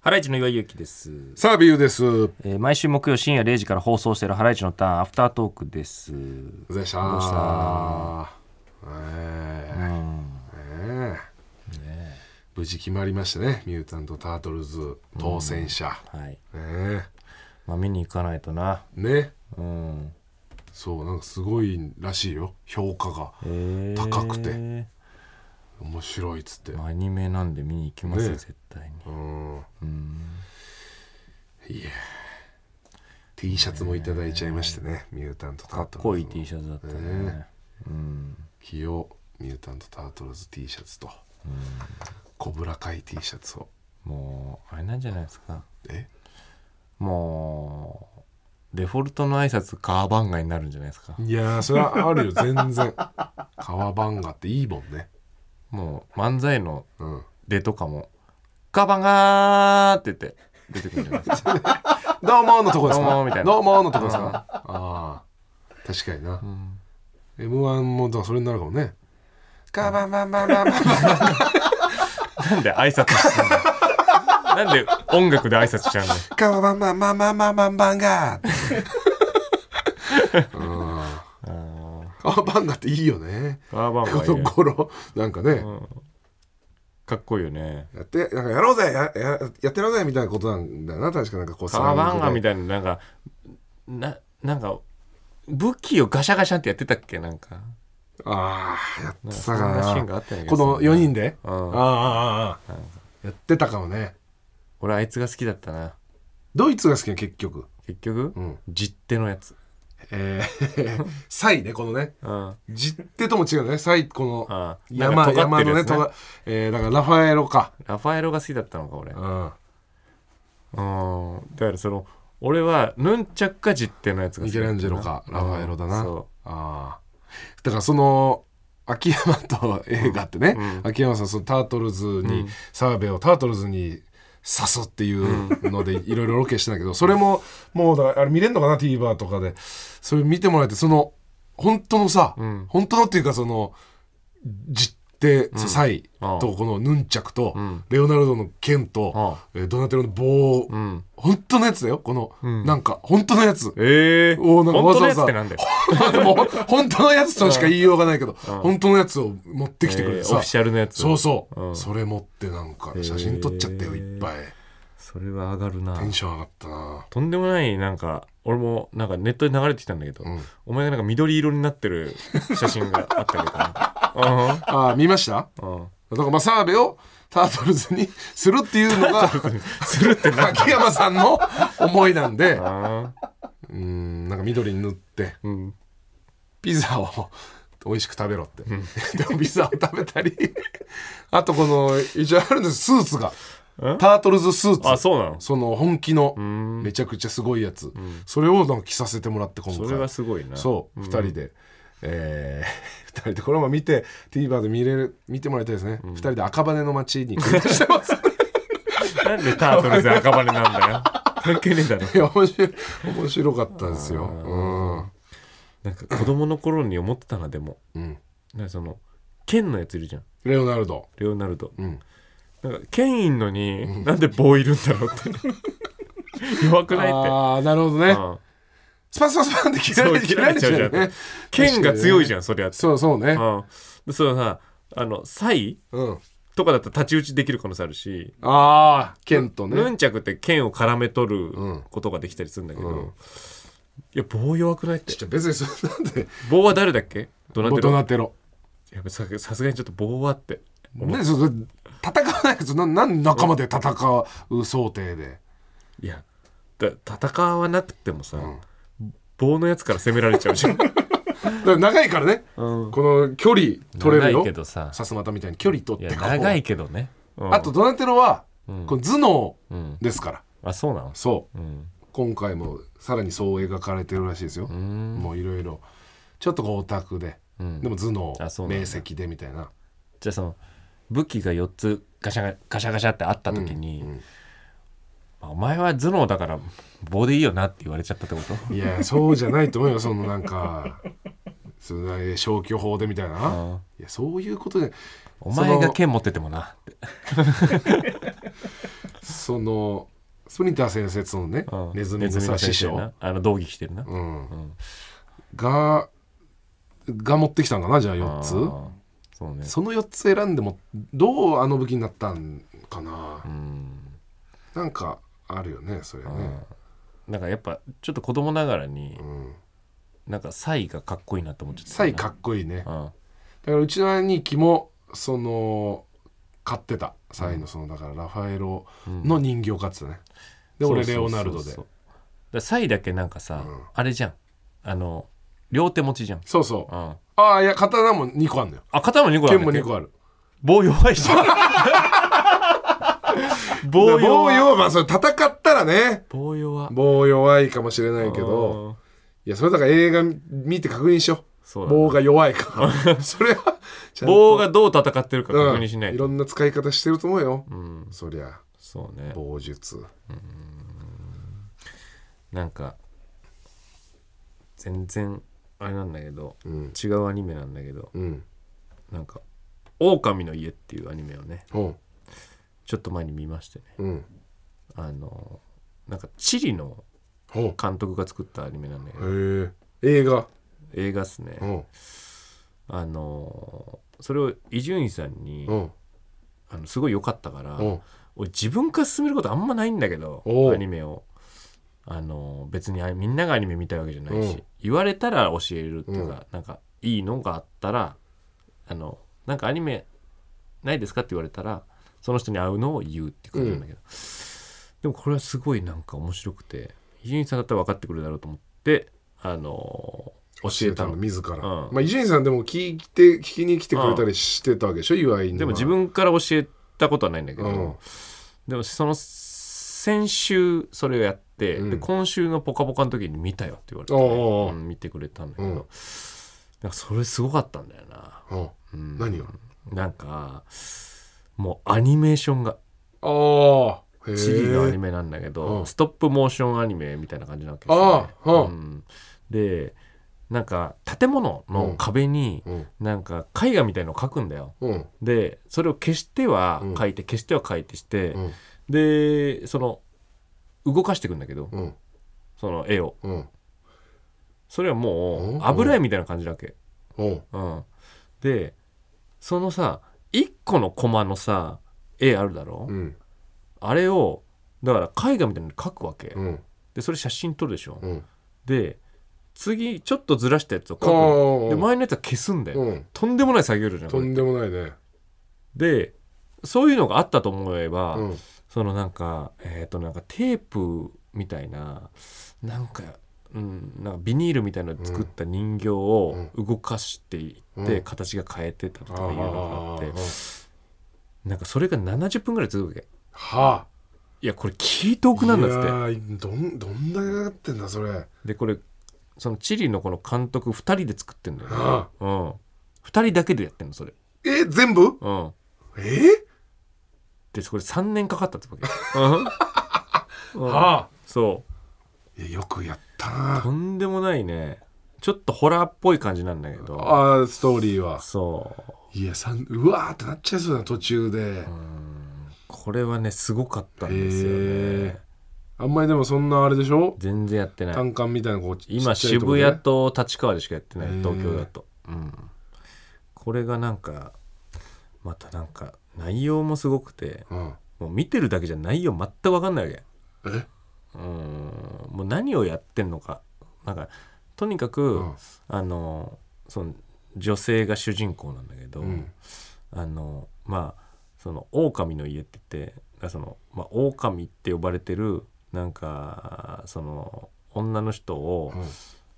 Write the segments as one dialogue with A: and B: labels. A: ハライチの岩井ゆうきです、
B: さあビューです。どう
A: えー毎週木曜深夜0時から放送しているハライチのターンアフタートークです
B: でした。
A: う
B: ええねえ無事決まりましたね。ミュータント・タートルズ当選者。
A: はい、
B: ね
A: まあ、見に行かないとな
B: えね
A: うん
B: そうなんかすごいらしいよ評価が
A: えー
B: 高くて面白いっつって。
A: アニメなんで見に行きますよ、
B: ね
A: 絶対に
B: うん。いや T シャツもいただいちゃいましてね。ミュータント・タ
A: か
B: ー
A: っ
B: ト
A: こ
B: ル
A: いい
B: ズの。
A: T シャツだったね、
B: ね
A: うん
B: 起用ミュータント・タートルズ T シャツと小倉会 T シャツを。
A: もうあれなんじゃないですか
B: え
A: もうデフォルトの挨拶カーバンガになるんじゃないですか
B: いやーそれはあるよ全然川番がっていいもんね
A: もう漫才の
B: うん
A: 出とかも「カーバンガー!」って言って出てくるんじゃないですか
B: どうもーのとこですか
A: どうもーみたいな
B: どうもーのとこですかああ確かにな、
A: ん
B: m 1もだからそれになるかもねカバンバンバンバンバン
A: なんで挨拶してんの なんで音楽で挨拶しちゃうの
B: カバンバンバンバンバンバンバンバンガーうんカバンバンガっていいよね
A: カーバン
B: こ
A: ガ
B: の
A: ー
B: 頃なんかね、
A: かっこいいよね
B: やってなんかやろうぜやややってやろうぜみたいなことなんだよな確かなんかこう
A: カーバンガーみ
B: い
A: たいななんかななんか武器をガシャガシャってやってたっけなんか
B: ああやって
A: そ
B: た
A: ん
B: か
A: な
B: な
A: シーンがあったよね
B: この4人で、
A: うん
B: ああああああやってたかもね
A: 俺あいつが好きだったな
B: ドイツが好きな結局
A: 結局、
B: うん
A: 実手のやつ、
B: えー、 サイねこのね
A: うん、
B: 実手とも違うねサイこの
A: あー
B: 山、
A: なんか尖っ
B: 山
A: てる
B: の
A: や
B: ね
A: つね
B: とが、えー、だからラファエロか
A: ラファエロが好きだったのか俺
B: うん
A: うんだからその俺はヌンチャッカ実手のやつが好
B: ミ
A: き
B: ケ
A: だ
B: ラ
A: ったな
B: ンジェロかラファエロだな、
A: うん
B: あ
A: そ
B: あだからその秋山と映画ってね、秋山さんそのタートルズに澤部、をタートルズに誘うっていうので いろいろロケしてたけど、それももうだからあれ見れんのかな TVer とかでそれ見てもらえてその本当のさ、
A: ん
B: 本当のっていうかその実って、そうサイ
A: ああ
B: とこのヌンチャクと、
A: ん
B: レオナルドの剣と、
A: ああ
B: えードナテロの棒、
A: ううん
B: 本当のやつだよこの、
A: ん
B: なんか本当のやつ
A: ええー、
B: おーなんか
A: 本当
B: わざ
A: の
B: わ
A: や
B: ざ
A: つってなんだよ
B: で も本当のやつとしか言いようがないけど、本当のやつを持ってきてくれ
A: え
B: て
A: ー
B: さ、
A: オフィシャルのやつ
B: そうそう、
A: ん
B: それ持ってなんか写真撮っちゃったよ
A: へー
B: いっぱい
A: それは上がるな
B: テンション上がったな
A: とんでもないなんか俺もなんかネットで流れてきたんだけど、
B: ん
A: お前がなんか緑色になってる写真があったけどな
B: あー見ました
A: うんうん
B: だからまあ澤部をタートルズにするっていうのが
A: するってな
B: 秋山さんの思いなんで
A: あー
B: うんなんか緑に塗って
A: うん
B: ピザを美味しく食べろって、でもピザを食べたりあとこの一応あるんですスーツがタートルズスーツ
A: あそうなの
B: その本気の
A: ん
B: めちゃくちゃすごいやつ、それをなんか着させてもらって今回
A: それはすごいな
B: そう2人で、えー、2人で これも見て TVer で見れる見てもらいたいですね、二2人で赤羽の街に繰り出してます
A: なんでタートルズ赤羽なんだよ関係ねえだろ
B: いや面白い面白かったですようん
A: なんか子供の頃に思ってたなでも
B: うん
A: なんかその剣のやついるじゃん
B: レオナルド
A: レオナルド
B: うん
A: なんか剣いんのになんで棒いるんだろうって 弱くないって
B: ああなるほどね
A: うん
B: スパスパスパンって切ら
A: そ
B: れ
A: う
B: て
A: 切
B: 切
A: ら
B: ら
A: れ
B: れ
A: ち
B: ち
A: ゃうじ
B: ゃ
A: ゃ、
B: うんね
A: 剣が強いじゃんそりゃ
B: そうそうね
A: うんでそのさあのサイ
B: うん
A: とかだったら太刀打ちできる可能性あるし
B: ああケント
A: ヌ
B: ね
A: ンチャクって剣を絡め取る
B: うん
A: ことができたりするんだけど、
B: うん
A: いや棒弱くないって
B: ちょ別にそんなんで
A: 棒は誰だっけどな
B: も
A: て
B: うド
A: る
B: ナテロ
A: やべささすがにちょっと棒はって
B: ね、そそ戦わないけどななんで仲間で戦う想定で
A: いやだ戦わなくてもさ、棒のやつから攻められちゃうじゃん、
B: だから長いからね、この距離 取れ
A: 長
B: るよ
A: いけどさ
B: さすまたみたいに距離取
A: い
B: っ
A: や
B: てこう
A: 長いけどね、うん
B: あとドナテロは、この頭脳
A: うん
B: ですから、
A: あそうなの
B: そう
A: うん
B: 今回もさらにそう描かれてるらしいですよ、
A: ん
B: もういろいろちょっとこうオタクで、
A: うん
B: でも頭脳
A: あそうなん
B: 明
A: だ
B: 晰でみたいな
A: じゃあその武器が4つガシャガガシャガシャってあった時に、まあお前は頭脳だから棒でいいよなって言われちゃったってこと
B: いやそうじゃないと思うよそのな んかそのえー消去法でみたいな、
A: うん
B: いやそういうことで
A: お前が剣持っててもなって
B: そのスプリンター先生そのね、
A: うん
B: ネズミ草師
A: ネズミの
B: 匠
A: 先、生なあの道着着てるな、
B: うん
A: ん
B: がが持ってきたんかなじゃあ
A: あ
B: 4つ
A: ーそうね
B: その4つ選んでもどうあの武器になったんかな
A: う、ん
B: なんかあるよねそれね、
A: うんなんかやっぱちょっと子供ながらに
B: うん、
A: なんかサイがかっこいいなと思っちゃった
B: サイかっこいいねだか
A: こ
B: らうちの兄貴もその買ってたサイのそのだからラファエロの人形買ってたね、で俺レオナルドで
A: だからサイだけなんかさ
B: うん
A: あれじゃんあの両手持ちじゃん
B: そうそう
A: うん
B: ああいや刀も2個あるのよ
A: あ肩も2個ある
B: 剣も2個ある
A: 棒弱 いし棒
B: 棒
A: 弱
B: 弱まあそれ戦ったらね
A: 棒弱
B: 棒弱いかもしれないけど
A: うん
B: いやそれだから映画見て確認しよ
A: そう
B: う
A: だな
B: 棒が弱いか それはちゃんと
A: 棒がどう戦ってるか
B: うん
A: 確認しない
B: い
A: と
B: ろんな使い方してると思うよ
A: うん
B: そりゃ
A: そうね
B: 棒術
A: なんか全然あれなんだけど
B: うん
A: 違うアニメなんだけど
B: うん
A: なんか「狼の家」っていうアニメをね
B: うん
A: ちょっと前に見ましてね
B: うん
A: あのなんかチリの
B: ほ
A: 監督が作ったアニメなんだけど
B: うへえ映画
A: 映画っすね
B: うん
A: あのそれを伊集院さんに
B: うん
A: あのすごい良かったから
B: うん
A: 俺自分から進めることあんまないんだけど
B: おう
A: アニメをあの別にあみんながアニメ見たいわけじゃないし、
B: うん
A: 言われたら教えるっていうか、
B: うん
A: なんかいいのがあったらあのなんかアニメないですかって言われたらその人に会うのを言うって感じなんだけど、でもこれはすごいなんか面白くて伊集院さんだったら分かってくるだろうと思ってあの教
B: 教
A: え
B: え
A: た
B: た
A: の
B: の自ら、
A: うん
B: まあ伊集院さんでも聞いて聞きに来てくれたりしてたわけでしょ岩井には
A: でも自分から教えたことはないんだけど、
B: うん
A: でもその先週それをやって、
B: うん
A: で今週の「ぽかぽか」の時に見たよって言われて、
B: おうおうお
A: う
B: う
A: ん見てくれたんだけど、
B: うん
A: なんかそれすごかったんだよな、
B: うん
A: うん
B: 何が
A: なんかもうアニメーションが
B: ああへえ
A: チリのアニメなんだけど、
B: うん
A: ストップモーションアニメみたいな感じなわけ
B: ああうん
A: んでなんか建物の壁に、
B: うん
A: なんか絵画みたいのを描くんだよ、
B: うん
A: でそれを消しては
B: うん
A: 書いて、消しては書いてして、
B: うん
A: でその動かしていくんだけど、
B: うん
A: その絵を
B: うん
A: それはも
B: う
A: うん油絵みたいな感じだわけ、
B: うん
A: うん、でそのさ1個のコマのさ絵あるだろ、
B: うん
A: あれをだから絵画みたいに描くわけ、
B: うん
A: でそれ写真撮るでしょ、
B: うん
A: で次ちょっとずらしたやつを
B: ああ
A: 描くで
B: うん
A: 前のやつは消すんだよ、
B: うん
A: とんでもない作業量じゃんことれ
B: んでもないね
A: でそういうのがあったと思えば、
B: うん
A: そのなんかえっ、となんかテープみたいななんか,、うん、なんかビニールみたいなの作った人形を動かしていって、
B: うん
A: 形が変えてたりと
B: あ
A: か
B: あ
A: いうのがあってなんかそれが70分ぐらい続くわけ
B: はい
A: やこれ聞いてお
B: あ
A: くなんだっつって
B: やーどんどんだけなってんだそれあ
A: でこれそのチリのこの監督2人で作ってんだよ、ね
B: あ
A: うん、2人だけでやってんのそれ
B: え全部
A: うん
B: え
A: でこれ3年かかったってわけうんうん
B: はあ
A: そう
B: いやよくやったな
A: とんでもないねちょっとホラーっぽい感じなんだけど
B: ああストーリーは
A: そ
B: いやさんうわーってなっちゃいそうだな途中で
A: ううんこれはねすごかったんですよ
B: へ
A: ね
B: ーあんまりでもそんなあれでしょ
A: 全然やってない
B: 単館みたいなこうち
A: 今
B: ちっちゃいとこ
A: 渋
B: で
A: 谷と立川でしかやってない
B: へー
A: 東京だと、うん、これがなんかまたなんか内容もすごくて
B: うん
A: もう見てるだけじゃ内容全く分かんないわけ
B: え
A: うんもう何をやってんのかなんかとにかく、
B: うん
A: あのその女性が主人公なんだけど、
B: うん
A: あのまあその狼の家って言ってだからその、まあ、狼って呼ばれてるなんかその女の人を、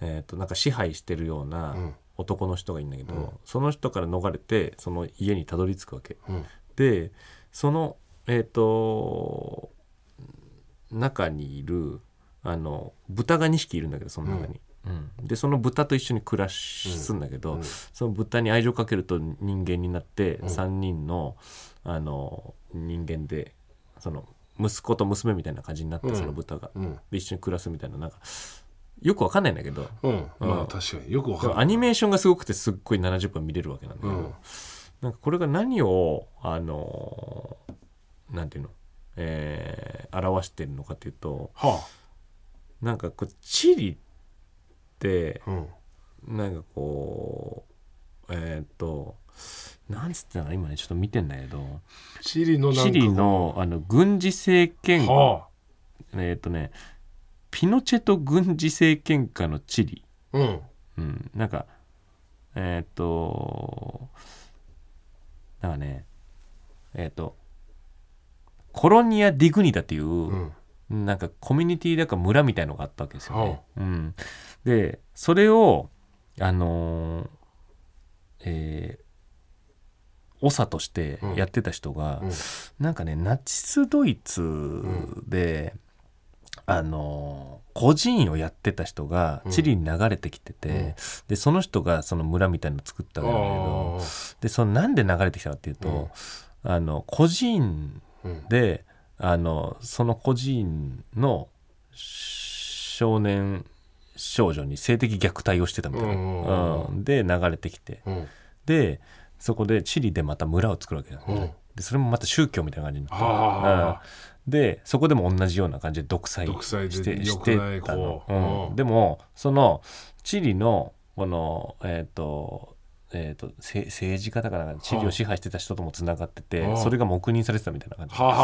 A: えー、となんか支配してるような
B: うん
A: 男の人がいるんだけど、
B: うん
A: その人から逃れてその家にたどり着くわけ
B: うん
A: でそのえっ、と中にいるあの豚が2匹いるんだけどその中に、うんでその豚と一緒に暮らすんだけど、
B: うん
A: その豚に愛情かけると人間になって、
B: うん
A: 3人のあの人間でその息子と娘みたいな感じになって、
B: うん
A: その豚が
B: うん
A: で一緒に暮らすみたいななんかよくわかんないんだけど
B: うんま
A: う
B: あ
A: ん
B: 確かによくわ
A: で
B: か
A: も
B: る
A: アニメーションがすごくてすっごい70分見れるわけなんだけど、
B: うん
A: なんかこれが何をあのーなんていうの、ええー表してるのかというと
B: は
A: なんかこう地理って
B: あ、うん、
A: なんかこうえーっとなんつったの今ねちょっと見てんだけど
B: チリのなんか
A: チリのあの軍事政権下
B: は
A: えーっとねピノチェト軍事政権下のチリ、
B: あ、うん、
A: うん、なんかえーっとなんかねえーっとコロニア・ディグニタっていう、
B: うん、
A: なんかコミュニティだか村みたいのがあったわけですよ
B: は
A: ね。うん、でそれをあのーえー長としてやってた人が、
B: うんうん
A: なんかねナチスドイツで、あのー孤児院をやってた人が
B: うん
A: チリに流れてきてて、
B: うん
A: でその人がその村みたいのを作ったわけだけど
B: あ
A: でそのなんで流れてきたかっていうと、あの孤児院
B: あ、うん、
A: であのその孤児院の少年少女に性的虐待をしてたみたいな、
B: うんうんうん
A: うんで流れてきて
B: うん、
A: でそこでチリでまた村を作るわけだ、
B: うん
A: でそれもまた宗教みたいな感じになって
B: ああ
A: うんでそこでも同じような感じで独裁
B: 独裁で
A: して
B: 良
A: し
B: く
A: て
B: ない
A: たの、
B: こう
A: うん
B: うん
A: でもそのチリのこのえっ、とえー、とせ政治家だからチリを支配してた人ともつながってて、
B: はあ
A: それが黙認されてたみたいな感じ、
B: はあ、はあ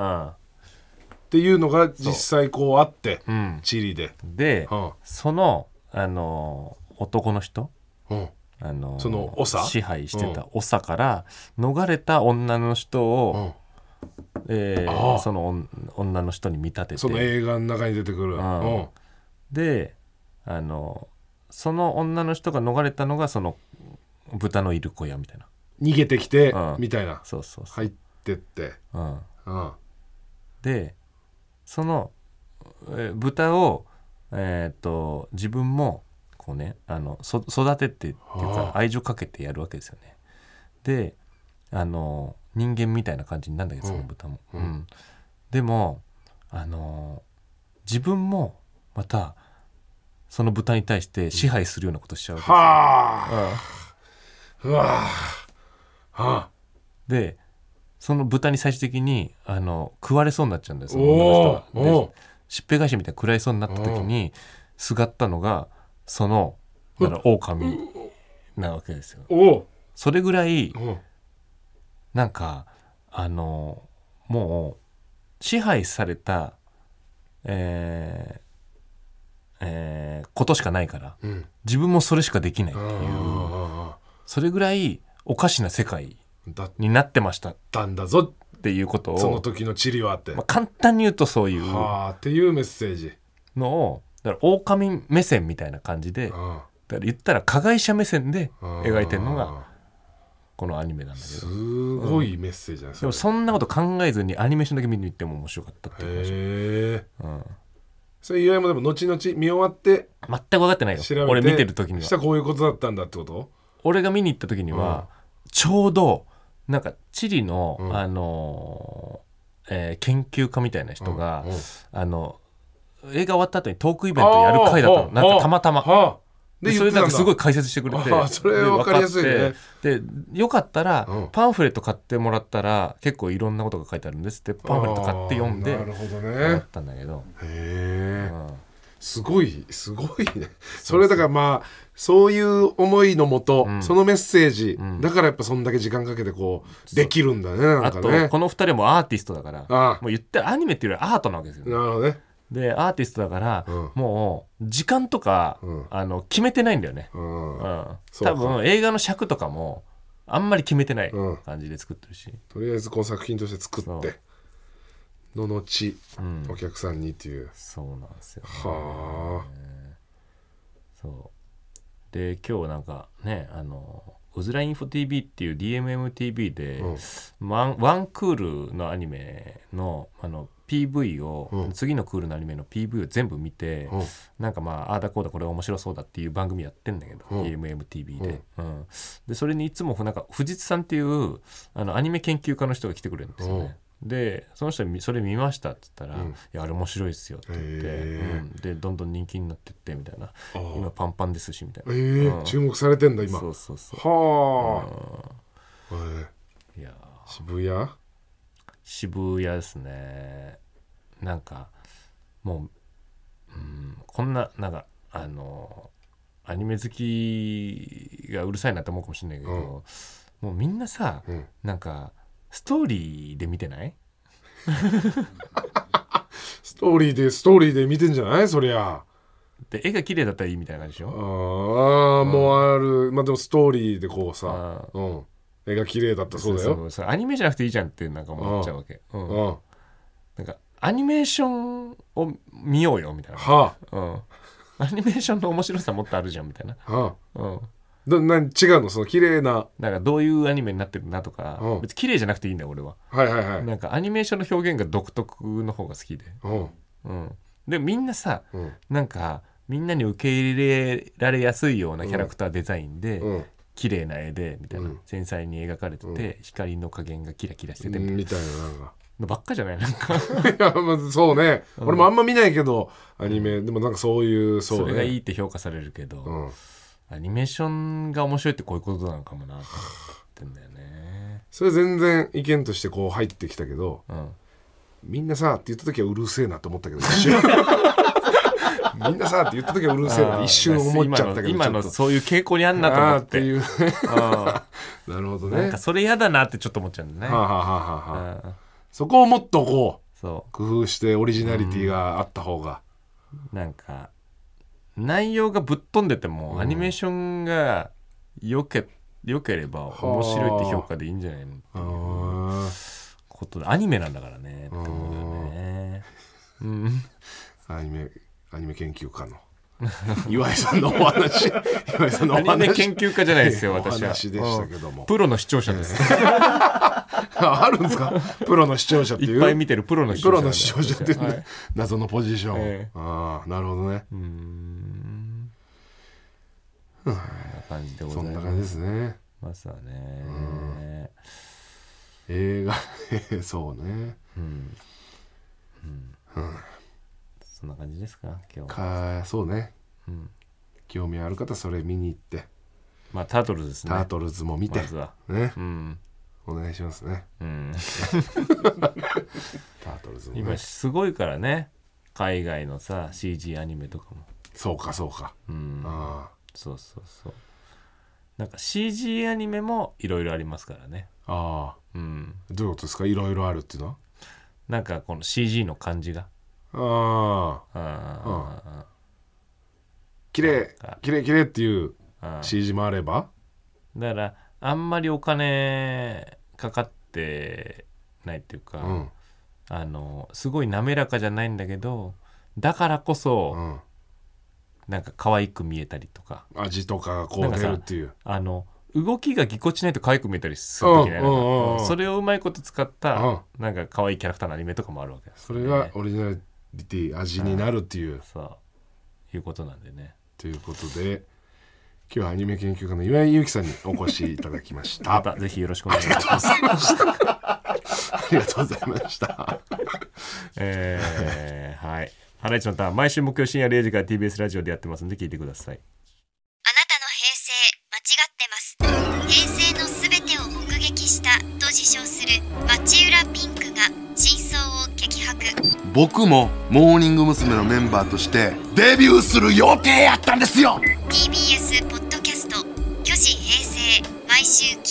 B: はあはあ、っていうのが実際こうあって
A: うん
B: チリで、
A: で、
B: は
A: その、あの男の人、
B: あ、うん、
A: あの
B: その長
A: 支配してた長から逃れた女の人
B: う
A: を、
B: ん、
A: えー
B: ああ
A: その女女の人に見立て
B: その
A: て
B: 映画の中に出てくる、うんん、
A: であのその女の人が逃れたのがその豚のいる小屋みたいな
B: 逃げてきて
A: うん
B: みたいな、
A: そうそうそう、
B: 入ってって、
A: うん、
B: うん、
A: でその、えー豚をえっ、と自分もこうねあのそ育ててっていう
B: は
A: か
B: あ
A: 愛情かけてやるわけですよね。であの人間みたいな感じになるんだけど
B: う
A: そ
B: ん
A: の豚も。
B: うん
A: うんでもあの自分もまたその豚に対して支配するようなことしちゃうわけですよ
B: はあ、
A: うん
B: うわあ、は
A: でその豚に最終的にあの食われそうになっちゃうんだよ
B: あ、
A: その女
B: お
A: の
B: お
A: 人が。で
B: お
A: しっぺ返しみたいに食らいそうになった時にすがったのがそのだから狼なわけですよ。
B: おお
A: それぐらい
B: お、
A: なんかあのもう支配されたえーえーことしかないから
B: うん、
A: 自分もそれしかできないって
B: うんう
A: いうん
B: うん
A: それぐらいおかしな世界
B: うんだっ
A: になってましたった
B: んだぞ
A: ていうこと
B: その
A: を、
B: 時のチリはって、
A: まあ、簡単に言うとそういう
B: はあっていうメッセージ、
A: のをだから狼目線みたいな感じでだ
B: うん
A: から言ったら加害者目線で
B: うん
A: 描いてるのがこのアニメなんだけ
B: す
A: ど
B: ごいメッセージなんです
A: でもそんなこと考えずにアニメーションだけ見に行っても面白かったっていう話、
B: へえ
A: うん、
B: それ岩井もでも後々見終わって
A: 全く分かってないよ
B: 調べて
A: 俺見てる時に
B: した
A: は
B: らこういうことだったんだってこと
A: 俺が見に行った時には、ちょうどなんかチリの、
B: うん
A: あのーえー研究家みたいな人が、
B: うんうん
A: あの映画終わった後にトークイベントやる回だったの
B: あー
A: なんかたまたま
B: はあ
A: でそれなんかすごい
B: か
A: 解説してくれて
B: あそれ
A: で
B: 分かりやすいね
A: 分かってでよかったら
B: うん
A: パンフレット買ってもらったら結構いろんなことが書いてあるんですってパンフレット買って読んで
B: なるほど
A: 思
B: ね
A: ったんだけど、
B: へえ
A: うん
B: すごいすごいねそれだからまあそういう思いのもと、
A: うん
B: そのメッセージ、
A: ん
B: だからやっぱそんだけ時間かけてこうできるんだねな
A: あ
B: んか
A: と
B: ね
A: この二人もアーティストだから
B: ああ
A: もう言ったらアニメっていうよりアートなわけですよ、ね、
B: なるほどね
A: でアーティストだから、
B: うん
A: もう時間とか、
B: うん
A: あの決めてないんだよね、
B: う
A: うん
B: ん、そう
A: 多
B: か
A: 分映画の尺とかもあんまり決めてない
B: うん
A: 感じで作ってるし、
B: とりあえずこう作品として作っての後
A: うん
B: お客さんにっていう、
A: そうなんですよ、ね、
B: はあ
A: そうで今日なんかねあの「うずらインフォ TV」っていう DMMTV で、ワンワンクールのアニメのあの PV を、
B: うん
A: 次のクールのアニメの PV を全部見て、
B: うん
A: なんかまあああだこうだこれ面白そうだっていう番組やってんだけど、
B: うん
A: DMMTV で,、うんでそれにいつもなんか藤津さんっていうあのアニメ研究家の人が来てくれるんですよね。でその人に「それ見ました」って言ったら「
B: うん
A: いやあれ面白いっすよ」って言って、
B: へー
A: うんでどんどん人気になってってみたいな
B: あ
A: 「今パンパンですし」みたい
B: え
A: な、
B: ー
A: うん
B: 注目されてんだ今
A: そうそうそ
B: は
A: う、
B: あ、えー
A: うんいや
B: 渋谷
A: ー渋谷ですねなんかもう、うん、こんななんかあのアニメ好きがうるさいなって思うかもしれないけど、
B: うん
A: もうみんなさ
B: うん
A: なんかストーリーで見てない
B: ストーリーでストーリーで見てんじゃないそりゃ
A: で絵が綺麗だったらいいみたいな感じでし
B: あ
A: ょ
B: ーもうあるまあでもストーリーでこうさ
A: あー
B: うん絵が綺麗だったそうだ
A: そ
B: よ
A: うそうアニメじゃなくていいじゃんってなんか思っちゃうわけ、う
B: うん
A: ん
B: は
A: なんかアニメーションを見ようよみたいな
B: あ
A: うん、アニメーションの面白さもっとあるじゃんみたいな、
B: はあ
A: うん、
B: どな違うのその綺麗な
A: なんかどういうアニメになってるなとか、
B: うん
A: 別に綺麗じゃなくていいんだよ俺は、
B: はいはいはい
A: なんかアニメーションの表現が独特の方が好きで、
B: うん
A: うん、でみんなさ
B: うん
A: なんかみんなに受け入れられやすいようなキャラクターデザインで、
B: うん
A: 綺麗な絵でみたいな、
B: うん
A: 繊細に描かれてて、光の加減がキラキラしててみたい
B: みたいななんか
A: なのばっかじゃないなんか
B: いやまあそうね、俺もあんま見ないけどアニメでもなんかそういうそう
A: そ
B: ね
A: れがいいって評価されるけど、
B: うん、
A: アニメーションが面白いってこういうことなのかもなと思ってんだよ ね。
B: それ全然意見としてこう入ってきたけど
A: うん
B: みんなさって言った時はうるせえなと思ったけど一 瞬みんなさって言った時はうるせえなって一瞬思っちゃったけど
A: 今の今の
B: ちょっ
A: そういう傾向にあん
B: と
A: なと
B: あ
A: 思
B: あ
A: っ
B: って
A: て
B: いう なるほど
A: うん
B: ね
A: なんかそれ嫌だなってちょっと思っちゃうんだ
B: は
A: ね、
B: あ、はあはあはあ、
A: うん
B: そこをもっとこう
A: そ
B: 工夫してオリジナリティがあった方が、
A: うなんか内容がぶっ飛んでても、
B: うん
A: アニメーションがよけよければ面白いって評価でいいんじゃないのって
B: う
A: いうんことでアニメなんだからねって思うよねうん
B: アニメアニメ研究家の 岩井さんのお 話岩井さんのお
A: ア
B: 話
A: ニメ研究家じゃないですよ
B: ええ
A: 私
B: お
A: は
B: 話でしたけど
A: う
B: も
A: んプロの視聴者です、
B: ああるんですかプロの視聴者っていう
A: いっぱい見てるプロの視
B: プ
A: 聴者
B: ロの視聴者っていうね、
A: はい
B: 謎のポジション、
A: ええ
B: ああなるほどね
A: うーんそんな感じでござい
B: そんな
A: ま
B: 感じですね
A: すわね
B: ん。映画 ええそうね
A: うん。うん。そんな感じですか、今日。
B: かそうね
A: うん
B: 興味ある方それ見に行って
A: まあ、タートルズですね。
B: タートルズも見て、
A: まずは。
B: ね
A: うん。
B: お願いしますね
A: うん。
B: タートルズも
A: 今
B: ね
A: すごいからね。海外のさ、CG アニメとかも。
B: そうかそうか、
A: うん。
B: あ
A: そうそうそう。なんか CG アニメもいろいろありますからね。
B: あああ
A: うん。
B: どういうことですかいろいろあるっていうの
A: なんかこの CG の感じが。
B: はああ
A: あ
B: 綺麗
A: なんか
B: 綺麗綺麗っていう
A: ーあー。
B: CG もあれば
A: だからあんまりお金かかってないっていうか、
B: うん
A: あのすごい滑らかじゃないんだけどだからこ
B: う
A: そ
B: ん
A: なんか可愛く見えたりとか
B: 味とかがこう出るっていう
A: あの動きがぎこちないと可愛く見えたりする時ない
B: うんうんうんうん
A: それをうまいこと使った、
B: うん
A: なんか可愛いキャラクターのアニメとかもあるわけです
B: そ
A: よね、
B: れがオリジナリティ味になるっていう、
A: そういうことなんでね
B: ということで今日はアニメ研究家の岩井ゆうきさんにお越しいただきました
A: ま
B: あ
A: たぜひよろしくお願いします、
B: りがとうございました
A: えー、はいハライチのターン毎週木曜深夜0時から TBS ラジオでやってますんで聞いてください
C: あなたの平成間違ってます平成のすべてを目撃したと自称する町浦ピンクが真相を激白
D: 僕もモーニング娘。のメンバーとしてデビューする予定やったんですよ
C: TBS ポッドキャスト「巨子平成」毎週金